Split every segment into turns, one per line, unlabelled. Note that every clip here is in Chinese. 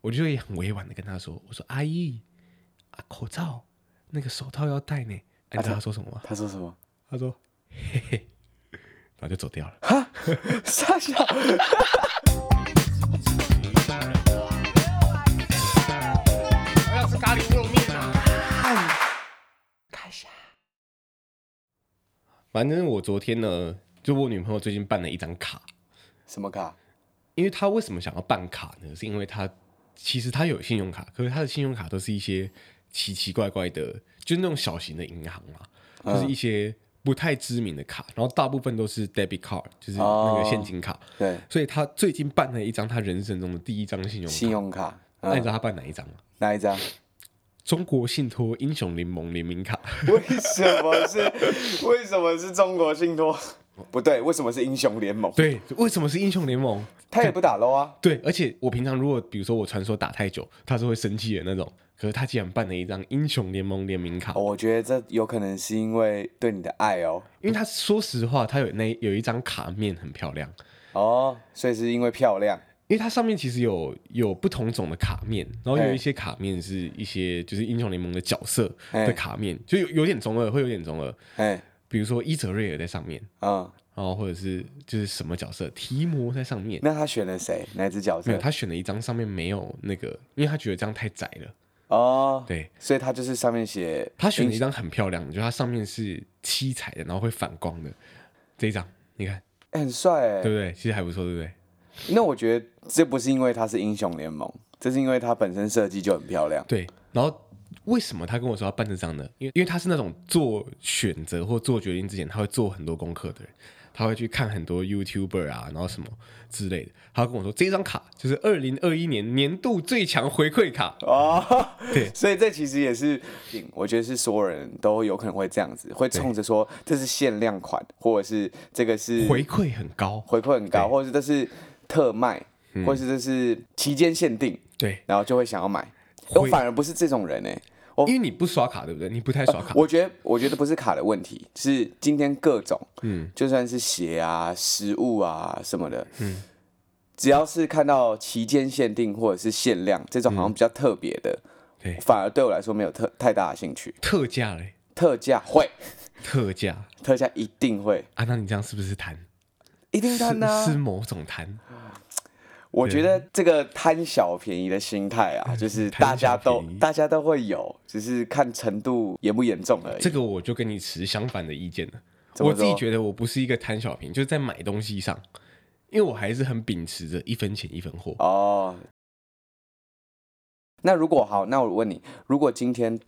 我就会很委婉的跟他说：“我说阿姨，啊口罩那个手套要戴呢。啊”你知道他说什么吗？
他说什么？
他说：“嘿嘿。”然后就走掉了。
傻笑。
我要吃咖喱牛肉面啊！
反正我昨天呢，就我女朋友最近办了一张卡，
什么卡？
因为她为什么想要办卡呢？是因为她其实她有信用卡，可是她的信用卡都是一些奇奇怪怪的，就是那种小型的银行嘛，
嗯
就是一些不太知名的卡，然后大部分都是 debit card，就是那个现金卡。
对，
所以她最近办了一张她人生中的第一张信用卡。
信用卡。
那你知
嗯，
道她办哪一张吗？
哪一张？
中国信托英雄联盟联名卡。
为什么是为什么是中国信托？不对，为什么是英雄联盟？
对，为什么是英雄联盟？
他也不打 LO 啊。
对，而且我平常如果比如说我传说打太久，他是会生气的那种。可是他竟然办了一张英雄联盟联名卡，
哦我觉得这有可能是因为对你的爱哦，
因为他说实话，他有那有一张卡面很漂亮，
哦，所以是因为漂亮，
因为它上面其实有有不同种的卡面，然后有
嘿
一些卡面是一些就是英雄联盟的角色
嘿
的卡面，就有有点中二，会有点中二。
哎，
比如说伊泽瑞尔在上面，
嗯，
然后或者是就是什么角色提摩在上面，
那他选了谁？哪只角
没有
色？
他选了一张上面没有那个，因为他觉得这样太窄了。
哦，
对，
所以他就是上面写
他选了一张很漂亮的，就它上面是七彩的，然后会反光的这一张，你看
欸很帅哎、
对不对？其实还不错，对不对？
那我觉得这不是因为它是英雄联盟，这是因为它本身设计就很漂亮。
对。然后为什么他跟我说要办这张呢？因为因为他是那种做选择或做决定之前，他会做很多功课的人，他会去看很多 YouTuber 啊，然后什么之类的。他跟我说这张卡就是二零二一年年度最强回馈卡，
哦，
对
所以这其实也是，嗯我觉得是所有人都有可能会这样子，会冲着说这是限量款，或者是这个是
回馈很高。
回馈很高，
对嗯
或者是这是特卖，或者是这是期间限定，
对，
然后就会想要买。
会
我反而不是这种人哎、我
因为你不刷卡，对不对？你不太刷卡。
我觉得，我觉得不是卡的问题，是今天各种，嗯，就算是鞋啊、食物啊什么的，嗯，只要是看到期间限定或者是限量这种好像比较特别的，
嗯对
反而对我来说没有特太大的兴趣。
特价嘞，
特价会，
特价
特价一定会，
啊！那你这样是不是贪？
一定贪呐、
是是某种贪。
哎我觉得这个贪小便宜的心态啊，就是
嗯贪
大家
小
都
便宜
大家都会有，只是看程度严不严重而已。
这个我就跟你持相反的意见了。
怎么
我自己
说
觉得我不是一个贪小便宜，就是在买东西上，因为我还是很秉持着一分钱一分货。
哦，那如果好，那我问你，如果今天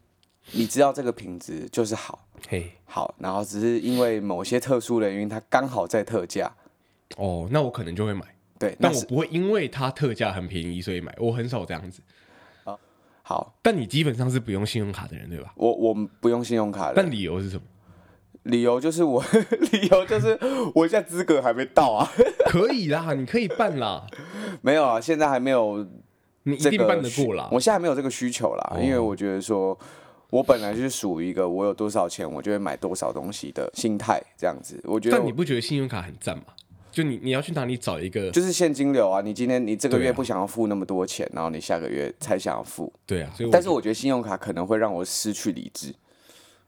你知道这个品质就是好，
嘿，
好，然后只是因为某些特殊的原因，它刚好在特价，
哦，那我可能就会买，
对，那
但我
是
不会因为它特价很便宜所以买，我很少这样子。
好，
但你基本上是不用信用卡的人，对吧？
我我们不用信用卡了
但，理由是什么？
理由就是我 理由就是我现在资格还没到啊，
可以啦，你可以办啦，
没有啊，现在还没有
你一
这
定
个
办得
需
过啦。哦
我现在还没有这个需求啦，因为我觉得说。我本来就是属于一个我有多少钱，我就会买多少东西的心态，这样子。我觉得
但
我
你不觉得信用卡很赞吗？就你你要去哪里找一个？
就是现金流啊，你今天你这个
对
月
啊
不想要付那么多钱，然后你下个月才想要付。
对啊，所以我
但是我觉得信用卡可能会让我失去理智。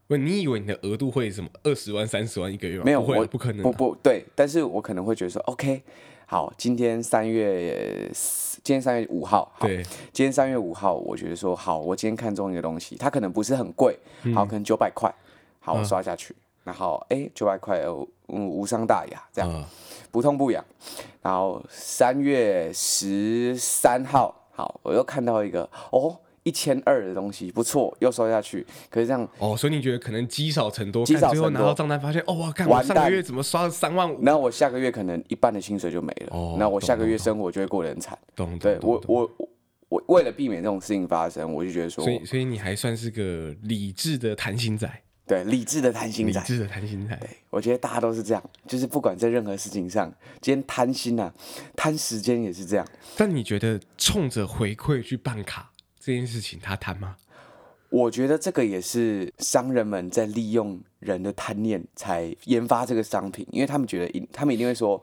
我你以为你的额度会什么二十万、三十万一个月吗？
没有，
不会
我
啊，不可能啊。
不不对，但是我可能会觉得说，OK，好，今天三月四，今天三月五号，好，
对，
今天三月五号，我觉得说好，我今天看中一个东西，它可能不是很贵，
嗯
好，可能九百块，好，我刷下去，然后哎，九百块，呃嗯，无伤大雅，这样。
啊，
不痛不痒。然后三月十三号，好，我又看到一个哦，一千二的东西，不错，又收下去。可是这样，
哦，所以你觉得可能积少成多，
积
看
少
最后
成
拿
多
到账单发现，哦，哇，看我
完
上
蛋
个月怎么刷了三万五？
那我下个月可能一半的薪水就没了，
哦
那我下个月
懂懂懂
生活就会过得很惨。
懂
对
懂
我
懂，懂。
我我我为了避免这种事情发生，我就觉得说
所，以所以你还算是个理智的弹性仔，
对，理智的贪心
理
仔。
智的弹性仔。
我觉得大家都是这样，就是不管在任何事情上，今天贪心啊，贪时间也是这样。
但你觉得冲着回馈去办卡这件事情，他贪吗？
我觉得这个也是商人们在利用人的贪念才研发这个商品，因为他们觉得一，他们一定会说，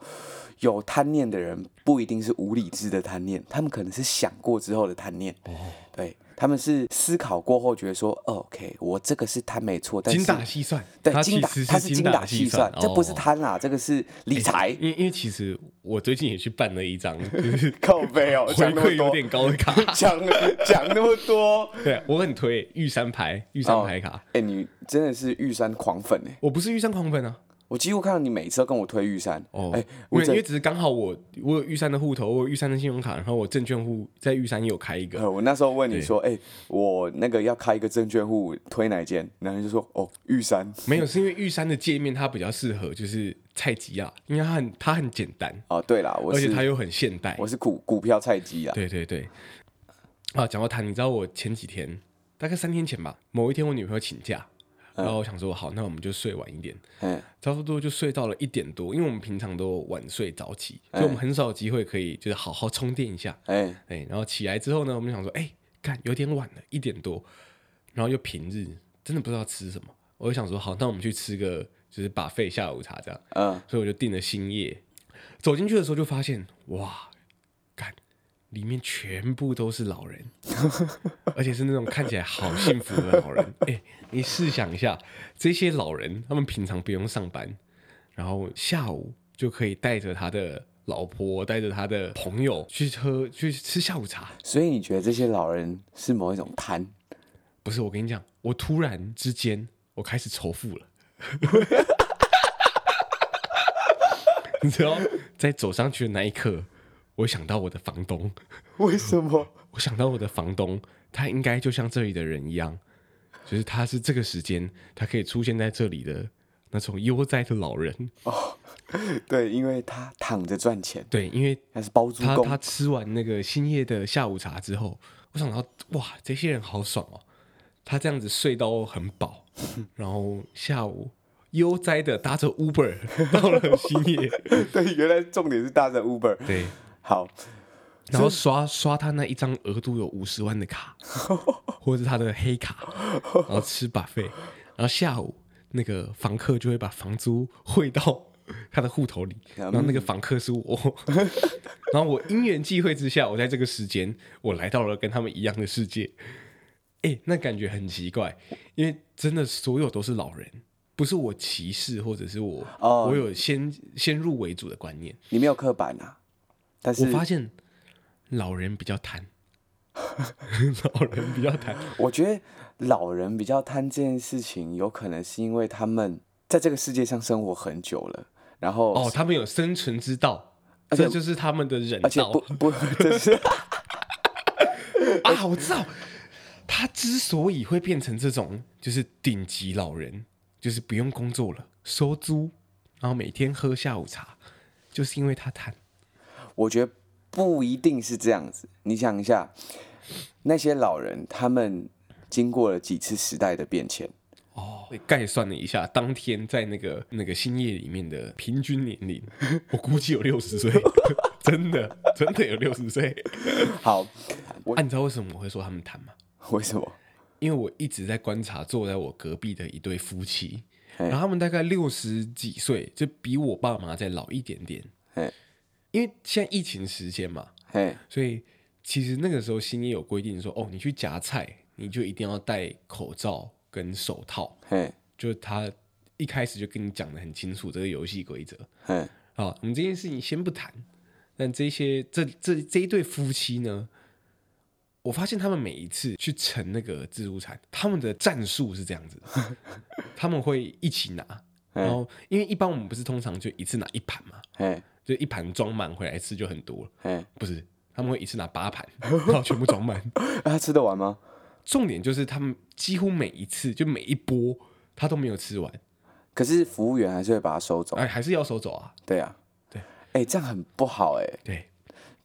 有贪念的人不一定是无理智的贪念，他们可能是想过之后的贪念。
哦
对，他们是思考过后觉得说、哦、，OK，我这个是贪没错，但
精
是
打细算，
对
他
精
其
打
实，
他
是
是精打细算，这不是
哦哎
贪啦，这个是理财。
因为因为其实我最近也去办了一张，就是
靠背哦，
回
讲那么
馈有
多，
点高的卡。
讲讲那么多，
对我很推玉山牌，玉山牌卡。
哎、你真的是玉山狂粉哎、
我不是玉山狂粉啊，
我几乎看到你每次都跟我推玉山。
哦，
哎、
因
我
为因
真
为只是刚好我我有玉山的户头，我有玉山的信用卡，然后我证券户在玉山也有开一个，
呃，我那时候问你说，哎、我那个要开一个证券户，推哪一间？然后你就说，哦，玉山。
没有是因为玉山的界面它比较适合就是菜吉亚，因为它很它很简单，
哦，对啦，我
而且它
是
又很现代。
我是股股票菜鸡啊。
对对对，啊，讲到它，你知道我前几天大概三天前吧，某一天我女朋友请假，然后我想说好，那我们就睡晚一点，
嗯，
差不多就睡到了一点多，因为我们平常都晚睡早起，所以我们很少有机会可以就是好好充电一下。
哎、
哎，然后起来之后呢，我们想说，哎，干有点晚了，一点多，然后又平日，真的不知道吃什么，我就想说，好，那我们去吃个就是把费下午茶这样，
嗯，
所以我就订了兴业。走进去的时候就发现，哇，干，里面全部都是老人，而且是那种看起来好幸福的老人。 哎、你试想一下，这些老人他们平常不用上班，然后下午就可以带着他的老婆，带着他的朋友去喝去吃下午茶。
所以你觉得这些老人是某一种贪？
不是，我跟你讲，我突然之间我开始仇富了。 你知道，在走上去的那一刻，我想到我的房东，
为什么？
我想到我的房东，他应该就像这里的人一样，就是他是这个时间，他可以出现在这里的那种悠哉的老人。
对，因为他躺着赚钱，
对，因为
他是包租
他
公。
他吃完那个兴业的下午茶之后，我想到哇，这些人好爽哦，他这样子睡到很饱，然后下午悠哉的搭着 Uber 到了兴 业，
对，原来重点是搭着 Uber。
对，
好，
然后刷刷他那一张额度有五十万的卡，或者是他的黑卡，然后吃 buffet，然后下午那个房客就会把房租汇到他的户头里，然后那个房客是我，然后我因缘际会之下，我在这个时间我来到了跟他们一样的世界，哎，那感觉很奇怪，因为真的所有都是老人。不是我歧视，或者是我、
哦
我有先先入为主的观念，
你没有刻板啊，但是
我发现老人比较贪， 老人比较贪，
我觉得老人比较贪这件事情，有可能是因为他们在这个世界上生活很久了，然后
哦，他们有生存之道，
而且
这就是他们的忍
而且
道
不不，这是
啊！我知道，他之所以会变成这种，就是顶级老人，就是不用工作了，收租，然后每天喝下午茶，就是因为他贪。
我觉得不一定是这样子。你想一下，那些老人他们经过了几次时代的变迁，
哦，概算了一下，当天在那个那个兴业里面的平均年龄，我估计有六十岁， 真的真的有六十岁。
好，我
啊，你知道为什么我会说他们贪吗？
为什么？
因为我一直在观察坐在我隔壁的一对夫妻，
哎
然后他们大概六十几岁，就比我爸妈再老一点点。
嘿，
因为现在疫情时间嘛，
嘿，
所以其实那个时候新也有规定说，哦，你去夹菜，你就一定要戴口罩跟手套，
嘿，
就是他一开始就跟你讲的很清楚这个游戏规则。
嘿，
好，我们这件事情先不谈。但这些这这这一对夫妻呢，我发现他们每一次去盛那个自助餐，他们的战术是这样子的他们会一起拿，然后因为一般我们不是通常就一次拿一盘嘛，
嘿，
就一盘装满回来吃就很多了，
嘿，
不是？他们会一次拿八盘，然后全部装满。
那啊他吃得完吗？
重点就是他们几乎每一次就每一波他都没有吃完，
可是服务员还是会把他收走。
哎，还是要收走啊。
对啊，
对，
哎，这样很不好哎。
对，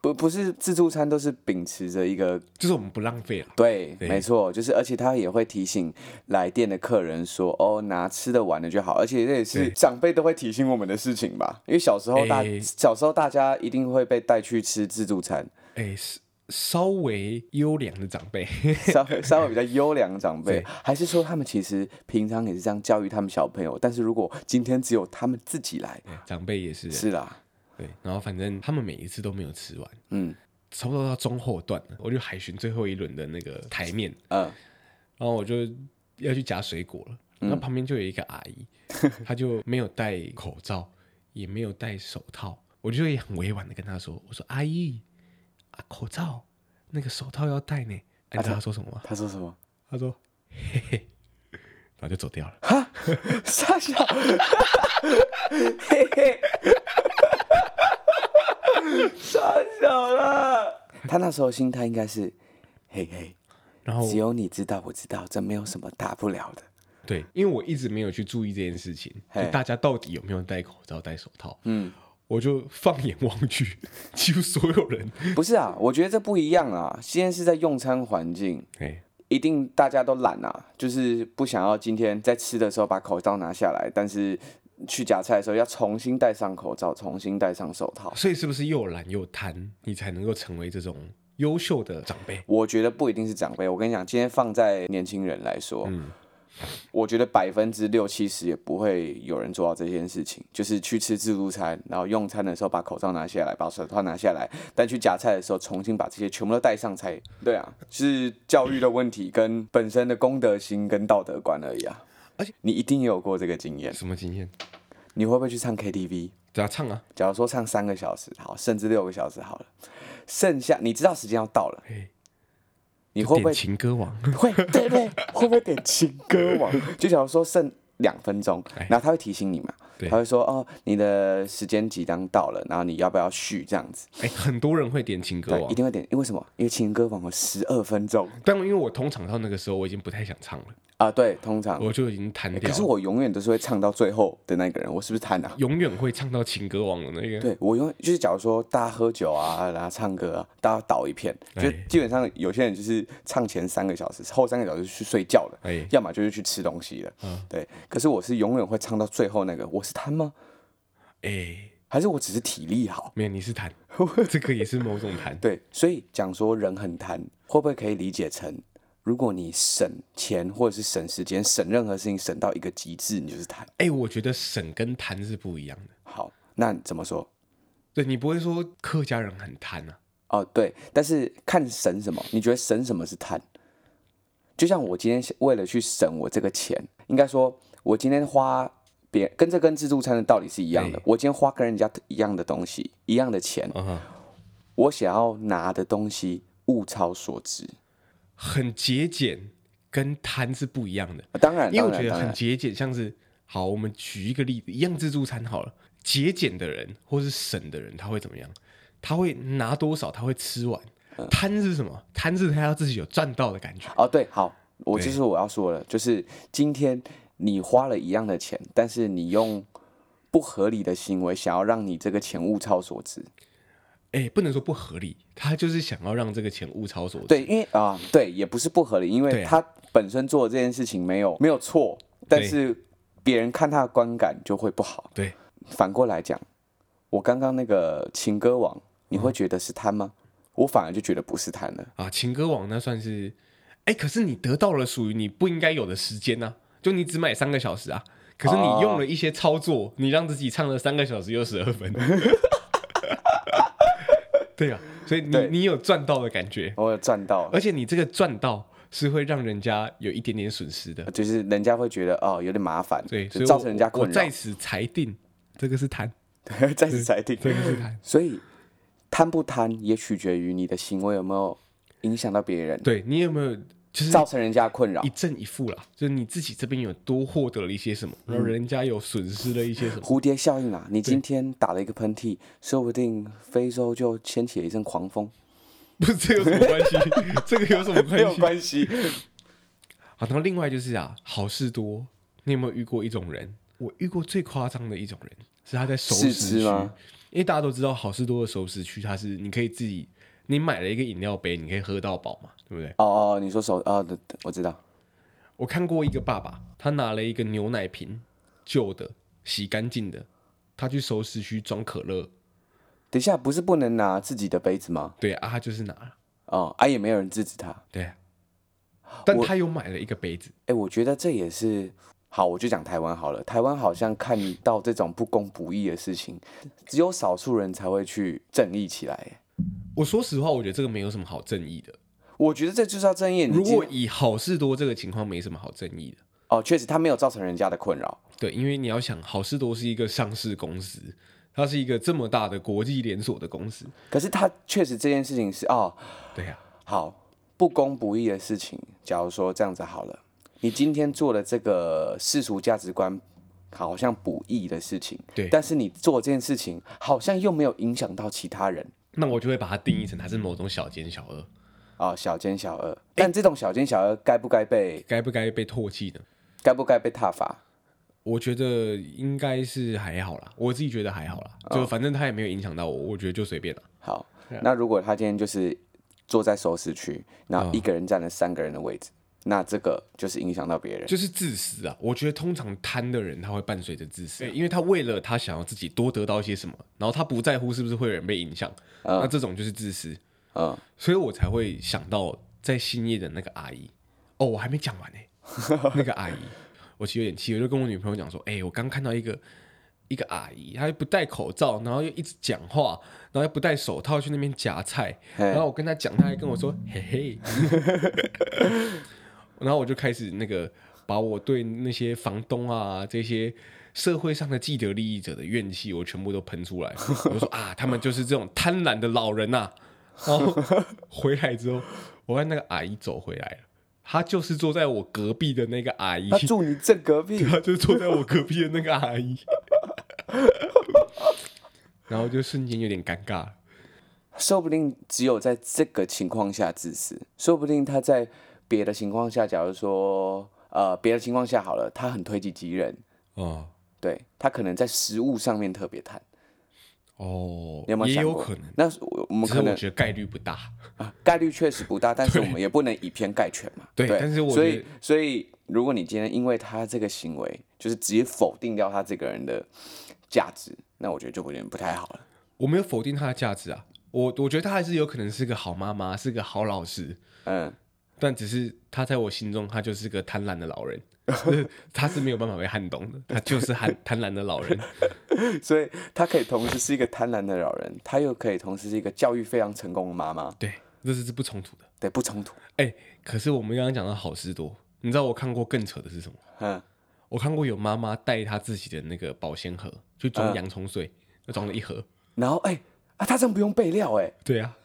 不，不是自助餐都是秉持着一个
就是我们不浪费了。
对，
对
没错，就是而且他也会提醒来店的客人说，哦，拿吃的玩的就好，而且这也是
对
长辈都会提醒我们的事情吧，因为小时候大、
诶
小时候大家一定会被带去吃自助 餐，
哎，是稍微优良的长辈，
稍微稍微比较优良的长辈
对，
还是说他们其实平常也是这样教育他们小朋友，但是如果今天只有他们自己来，
哎长辈也是。
是啦，
对，然后反正他们每一次都没有吃完，
嗯
差不多到中后段了，我就海巡最后一轮的那个台面，
嗯
然后我就要去夹水果了，然后旁边就有一个阿姨，她就没有戴口罩，也没有戴手套，我就会很委婉的跟她说，我说阿姨，啊口罩那个手套要戴呢，啊你知道她说什么吗？
他说什么？
她说嘿嘿，然后就走掉了。
傻笑，嘿嘿，傻笑了。他那时候心态应该是，嘿嘿，
然后
只有你知道，我知道，这没有什么大不了的。
对，因为我一直没有去注意这件事情，
嘿
就大家到底有没有戴口罩、戴手套？
嗯，
我就放眼望去， 几乎所有人，
不是啊，我觉得这不一样啊。今天是在用餐环境，
哎，
一定大家都懒啊，就是不想要今天在吃的时候把口罩拿下来，但是去夹菜的时候要重新戴上口罩，重新戴上手套。
所以是不是又懒又贪，你才能够成为这种优秀的长辈？
我觉得不一定是长辈，我跟你讲，今天放在年轻人来说，
嗯
我觉得百分之六七十也不会有人做到这件事情，就是去吃自助餐，然后用餐的时候把口罩拿下来，把手套拿下来，但去夹菜的时候重新把这些全部都戴上才对啊，是教育的问题跟本身的公德心跟道德观而已啊。
而且
你一定也有过这个经验，
什么经验？
你会不会去唱 KTV？
怎样唱啊？
假如说唱三个小时好，甚至六个小时好了，剩下你知道时间要到了，
嘿
你会不会
点情歌王？
会，对对，会不会点情歌王？就假如说剩两分钟，然后他会提醒你嘛，
哎对
他会说哦，你的时间即将到了，然后你要不要续这样子？
哎，很多人会点情歌
对，一
王，
定会点，因为什么？因为情歌王有十二分钟
但因为我通常到那个时候，我已经不太想唱了，
啊，对，通常。
哦我就已经弹掉
哎可是
了。
我永远都是会唱到最后的那个人，我是不是贪啊？
永远会唱到情歌王的那个，
对我永远就是，假如说大家喝酒啊，然后唱歌啊，大家倒一片，就
哎
基本上有些人就是唱前三个小时，后三个小时去睡觉了，
哎
要么就是去吃东西了。对。可是我是永远会唱到最后那个，我是贪吗？
哎，
还是我只是体力好？
没有，你是 弹，这个也是某种弹。
对，所以讲说人很贪，会不会可以理解成，如果你省钱或者是省时间、省任何事情省到一个极致，你就是贪。
哎，我觉得省跟弹是不一样的。
好，那怎么说？
对你不会说客家人很贪啊，
哦，对，但是看省什么？你觉得省什么是贪？就像我今天想为了去省我这个钱，应该说，我今天花别跟这跟自助餐的道理是一样的
哎。
我今天花跟人家一样的东西，一样的钱，
嗯哼
我想要拿的东西物超所值。
很节俭跟贪是不一样的，
啊当
因
然，
为
当
我觉
然，
得
当
很
然，
节俭，像是好，我们举一个例子，一样自助餐好了，节俭的人或是省的人，他会怎么样？他会拿多少，他会吃完。
嗯
贪是什么？贪是他要自己有赚到的感觉。
哦，对，好，我
对
就是我要说了，就是今天你花了一样的钱，但是你用不合理的行为想要让你这个钱物超所值。
哎，不能说不合理，他就是想要让这个钱物超所值。
对，因为啊、对，也不是不合理，因
对
为
啊
他本身做的这件事情没有没有错，但是别人看他的观感就会不好。
对，
反过来讲，我刚刚那个情歌王，你
嗯
会觉得是贪吗？我反而就觉得不是贪了。
啊，情歌王那算是，哎，可是你得到了属于你不应该有的时间呢、就你只买三个小时啊。可是你
哦
用了一些操作，你让自己唱了三个小时又十二分， 对啊，所以你
对
你有赚到的感觉，
我有赚到，
而且你这个赚到是会让人家有一点点损失的，
就是人家会觉得哦有点麻烦，
对，所以
就
我
造成人家
我
困扰
在，此裁定这个是贪，
再次裁定。
这个是 贪，
所以贪不贪也取决于你的行为有没有影响到别人，
对你有没有就是
造成人家的困扰
一。正一负啦，就是你自己这边有多获得了一些什么，
嗯
然后人家有损失了一些什么。
蝴蝶效应啊！你今天打了一个喷嚏，说不定非洲就掀起了一阵 狂风，
不是这有什么关 系？这个有什么关系？
关系。
好，然后另外就是啊，好事多，你有没有遇过一种人？我遇过最夸张的一种人是他在熟
试
食
吃
区
吗，
因为大家都知道好事多的熟食区，它是你可以自己，你买了一个饮料杯，你可以喝到饱嘛，对不对？
哦哦，你说手哦，对对我知道。
我看过一个爸爸，他拿了一个牛奶瓶，旧的洗干净的，他去熟食区装可乐，
等一下，不是不能拿自己的杯子吗？
对啊，他就是拿了，
哦，啊，也没有人制止他。
对啊，但他又买了一个杯子，
哎，我觉得这也是好，我就讲台湾好了。台湾好像看到这种不公不义的事情，只有少数人才会去正义起来。
我说实话，我觉得这个没有什么好正义的。
我觉得这就是要正义。你
如
今
果以好事多这个情况，没什么好争议的。
哦，确实他没有造成人家的困扰，
对，因为你要想，好事多是一个上市公司，它是一个这么大的国际连锁的公司。
可是他确实这件事情是哦，
对啊呀、
好不公不义的事情。假如说这样子好了，你今天做的这个世俗价值观好像不义的事情，
对
但是你做这件事情好像又没有影响到其他人
那我就会把它定义成它是某种小奸小恶，
哦，小奸小恶。但这种小奸小恶该不该被
该不该被唾弃呢？
该不该被挞伐？
我觉得应该是还好啦，我自己觉得还好啦，就反正它也没有影响到我，我觉得就随便了。
好，
啊
那如果他今天就是坐在熟食区，然
嗯
后一个人占了三个人的位置，那这个就是影响到别人。
就是自私啊！我觉得通常贪的人他会伴随着自私，啊因为他为了他想要自己多得到一些什么，然后他不在乎是不是会有人被影响，那这种就是自私。
嗯，
所以我才会想到在兴业的那个阿姨。哦，我还没讲完呢、那个阿姨，我其实有点气，我就跟我女朋友讲说，哎、我刚看到一个一个阿姨，她又不戴口罩，然后又一直讲话，然后又不戴手套去那边夹菜，
嘿
然后我跟她讲，她还跟我说，嘿嘿，然后我就开始那个把我对那些房东啊这些。社会上的既得利益者的怨气，我全部都喷出来。我就说啊，他们就是这种贪婪的老人呐、啊然后回来之后，我看那个阿姨走回来了，她就是坐在我隔壁的那个阿姨
他，住你正隔壁，
她就是坐在我隔壁的那个阿姨， 然后就瞬间有点尴尬了。
说不定只有在这个情况下自私，说不定他在别的情况下，假如说呃别的情况下好了，他很推己及人，
哦
对他可能在食物上面特别贪，
哦
你有，没
也
有想
有
过？
可能，
那是我我们
只是
可
我
能
觉得概率不大。
概率确实不大，但是我们也不能以偏概全嘛。
对但是我
所
觉
以
得
所以如果你今天因为他这个行为，就是直接否定掉他这个人的价值，那我觉得就有点不太好了。
我没有否定她的价值啊，我我觉得她还是有可能是个好妈妈，是个好老师，
嗯，
但只是她在我心中，她就是个贪婪的老人， 就是她是没有办法被撼动的，她就是贪贪婪的老人。
所以他可以同时是一个贪婪的老人，他又可以同时是一个教育非常成功的妈妈，
对，这是是不冲突的。
对，不冲突。
哎、可是我们刚刚讲到好事多，你知道我看过更扯的是什么？
嗯，
我看过有妈妈带她自己的那个保鲜盒去
嗯
装洋葱碎，就装了一盒。
然后哎、啊，他这样不用备料哎、
对啊，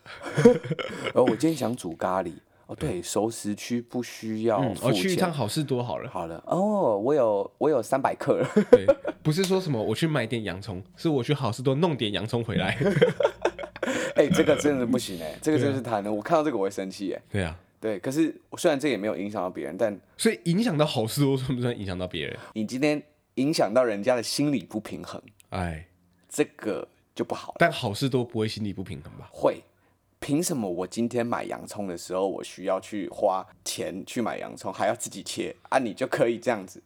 然后我今天想煮咖喱，哦对，熟食区不需要
嗯，
付
我去一
钱。
趟好事多好了。
好了，哦，我有我有三百克了。
对，不是说什么我去买点洋葱，是我去好事多弄点洋葱回来。
哎、这个真的不行哎、这个真是
啊
贪婪。我看到这个我会生气哎、
对啊，
对，可是虽然这也没有影响到别人，但
所以影响到好事多算不算影响到别人？
你今天影响到人家的心理不平衡，
哎，
这个就不好了。
但好事多不会心理不平衡吧？
会，凭什么我今天买洋葱的时候，我需要去花钱去买洋葱，还要自己切啊？你就可以这样子？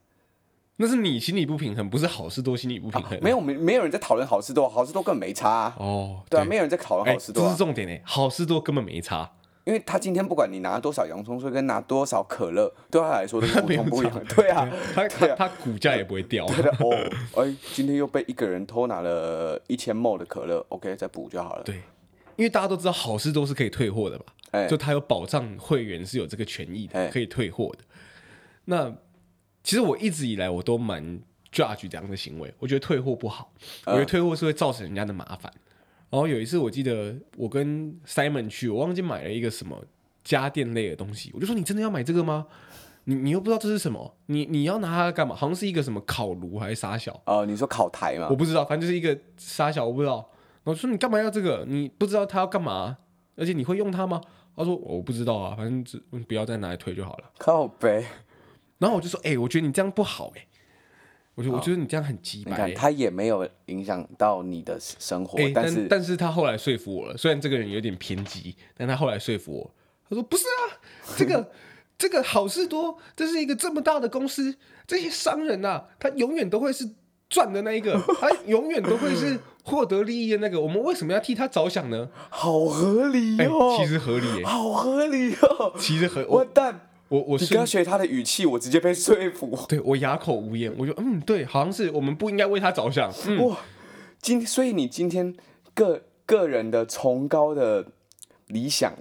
那是你心理不平衡，不是好事多心理不平衡。
啊没有，没没有人在讨论好事多，好事多根本没差、啊。
哦，
对啊，没有人在讨论
哎，
好事多、
这
啊
是重点哎，好事多根本没差。
因为他今天不管你拿多少洋葱碎跟拿多少可乐，对他来说都是 无
没有
痛不一
差
样。对啊，
他他他股价也不会掉啊。
他的哦，哎，今天又被一个人偷拿了一千 ml 的可乐，OK，再补就好了。
对，因为大家都知道好事都是可以退货的嘛，
哎
就他有保障会员是有这个权益的，
哎
可以退货的。那其实我一直以来我都蛮 judge 这样的行为，我觉得退货不好，我觉得退货是会造成人家的麻烦。然后有一次我记得我跟 Simon 去，我忘记买了一个什么家电类的东西，我就说你真的要买这个吗？你你又不知道这是什么，你你要拿它干嘛？好像是一个什么烤炉还是啥小，
哦、你说烤台嘛
我？不知道，反正就是一个傻小，我不知道。然后说你干嘛要这个？你不知道他要干嘛？而且你会用它吗？他说我不知道啊，反正只不要再拿来推就好了。
靠背，
然后我就说，哎、我觉得你这样不好、哎，我觉得我觉得你这样很鸡
你
掰、
看
欸。
他也没有影响到你的生活，
哎、
但
但
是
但是他后来说服我了，虽然这个人有点偏激，但他后来说服我，他说不是啊，这个这个好事多，这是一个这么大的公司，这些商人啊，他永远都会是赚的那一个，他永远都会是获得利益的那个，我们为什么要替他着想呢？
好合理
哎、
哦，
其实合理耶、哎
好合理哦，
其实合我
完蛋，
我我
你
是
刚学他的语气，我直接被说服。
对我哑口无言，我就嗯，对，好像是我们不应该为他着想，嗯，
哇，今所以你今天个个人的崇高的理想，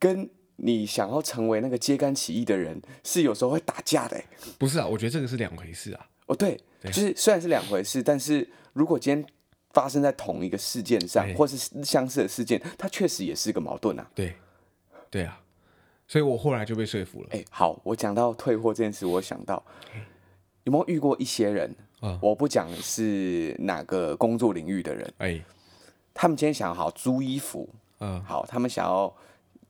跟你想要成为那个揭竿起义的人，是有时候会打架的欸、
不是啊，我觉得这个是两回事啊，
哦，对，就是虽然是两回事，但是如果今天发生在同一个事件上
对，
或是相似的事件，它确实也是个矛盾啊。
对，对啊，所以我后来就被说服了，
哎、好，我讲到退货这件事，我想到有没有遇过一些人？
啊
我不讲是哪个工作领域的人，
哎，
他们今天想好租衣服，
嗯，
好，他们想要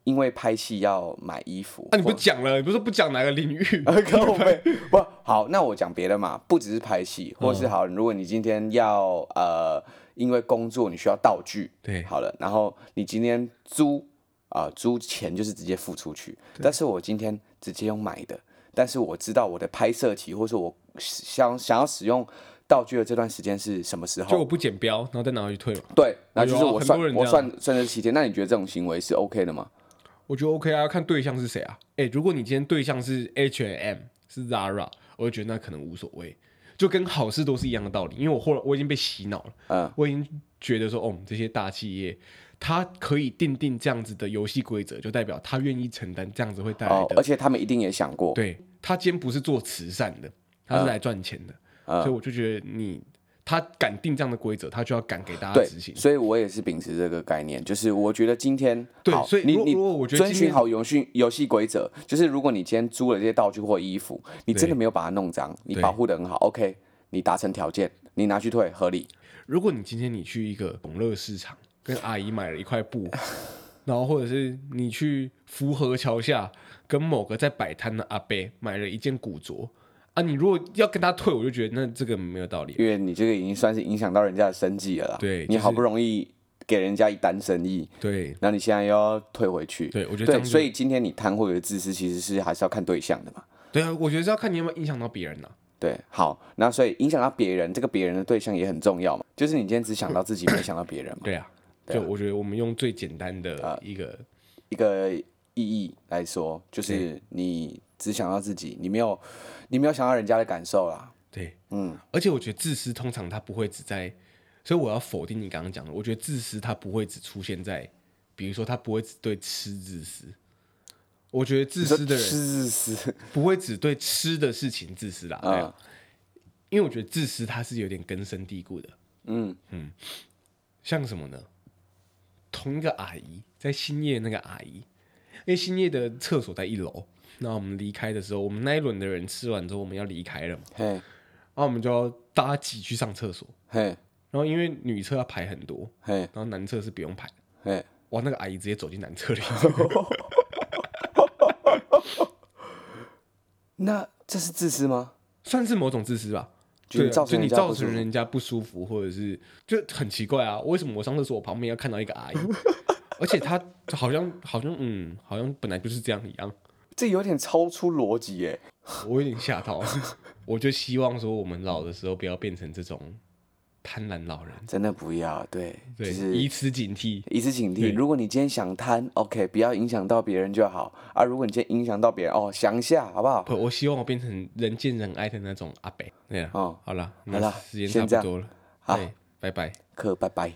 因为拍戏要买衣服。
啊，你不
或
讲了，你不是不讲哪个领域？
靠背不好，那我讲别的嘛，不只是拍戏，或
嗯
是好，如果你今天要呃，因为工作你需要道具，
对
好了，然后你今天租啊、呃租钱就是直接付出去，但是我今天直接用买的，但是我知道我的拍摄期或是我想想要使用道具的这段时间是什么时
就我
候，
不剪标，然后再拿回去退嘛，
对，那就是
有啊
我
很
算、
多人这
我
样
算算这七天，那你觉得这种行为是 OK 的吗？
我觉得 OK 啊，要看对象是谁啊，哎，如果你今天对象是 H&M 是 Zara，我就觉得那可能无所谓，就跟好事多是一样的道理，因为我后来我已经被洗脑了。
嗯，
我已经觉得说，哦，这些大企业，它可以定定这样子的游戏规则，就代表他愿意承担这样子会带来
哦，
的。
而且他们一定也想过，
对，他今天不是做慈善的，他是来赚钱的，所以我就觉得你他敢定这样的规则，他就要敢给大家
对
执，行。
所以我也是秉持这个概念，就是我觉得今天
对
好
所以
你
如果
你
如果我觉得
遵
今
循
天
好游戏游戏规则，就是如果你今天租了这些道具或衣服，你真的没有把它弄脏，你
对
保护的很好，OK，你达成条件，你拿去退合理。
如果你今天你去一个永乐市场，跟阿姨买了一块布， 然后或者是你去福河桥下跟某个在摆摊的阿伯买了一件古着。啊，你如果要跟他退，我就觉得那这个没有道理啊。
因为你这个已经算是影响到人家的生计了啦。
对
你
就是
好不容易给人家一单生意，
对，
然后你现在又要退回去，
对我觉得这样
对，
就
所以今天你贪或者自私，其实是还是要看对象的嘛。
对啊，我觉得是要看你有没有影响到别人啊呐、
对，好，那所以影响到别人，这个别人的对象也很重要嘛。就是你今天只想到自己，没想到别人嘛。
对啊，就我觉得我们用最简单的一个，
一个意义来说，就是你只想到自己，你没有，你没有想到人家的感受啦。
对，
嗯，
而且我觉得自私通常它不会只在，所以我要否定你刚刚讲的，我觉得自私它不会只出现在，比如说它不会只对吃自私，我觉得自私的人
自私，
不会只对吃的事情自私啦，
嗯
对啊因为我觉得自私它是有点根深蒂固的，
嗯，
像什么呢？同一个阿姨，在兴业那个阿姨，因为兴业的厕所在一楼。那我们离开的时候，我们那一轮的人吃完之后，我们要离开了嘛，
嘿，
然后我们就要大家挤去上厕所。
嘿，
然后因为女厕要排很多，
嘿，
然后男厕是不用排的。
嘿，
哇，那个阿姨直接走进男厕里，
那这是自私吗？
算是某种自私吧？
就是
对啊
造成
就你
人家
造
不舒
成
服
人家不舒服，或者是就很奇怪啊，为什么我上厕所我旁边要看到一个阿姨， 而且她好像好像嗯，好像本来就是这样一样。
这有点超出逻辑耶。
我有点吓到， 我就希望说我们老的时候不要变成这种贪婪老人，
真的不要，对，
对，
就是
以此警惕。
一次警
对
惕。如果你今天想贪，OK，不要影响到别人就好啊。如果你今天影响到别人，哦，想一下好不好？
不，我希望我变成人见人爱的那种阿北。对啊，
哦
好了，
好
那
啦
时间
先
差
这
不
样
多了，哎
好
对，拜拜。
课，拜拜。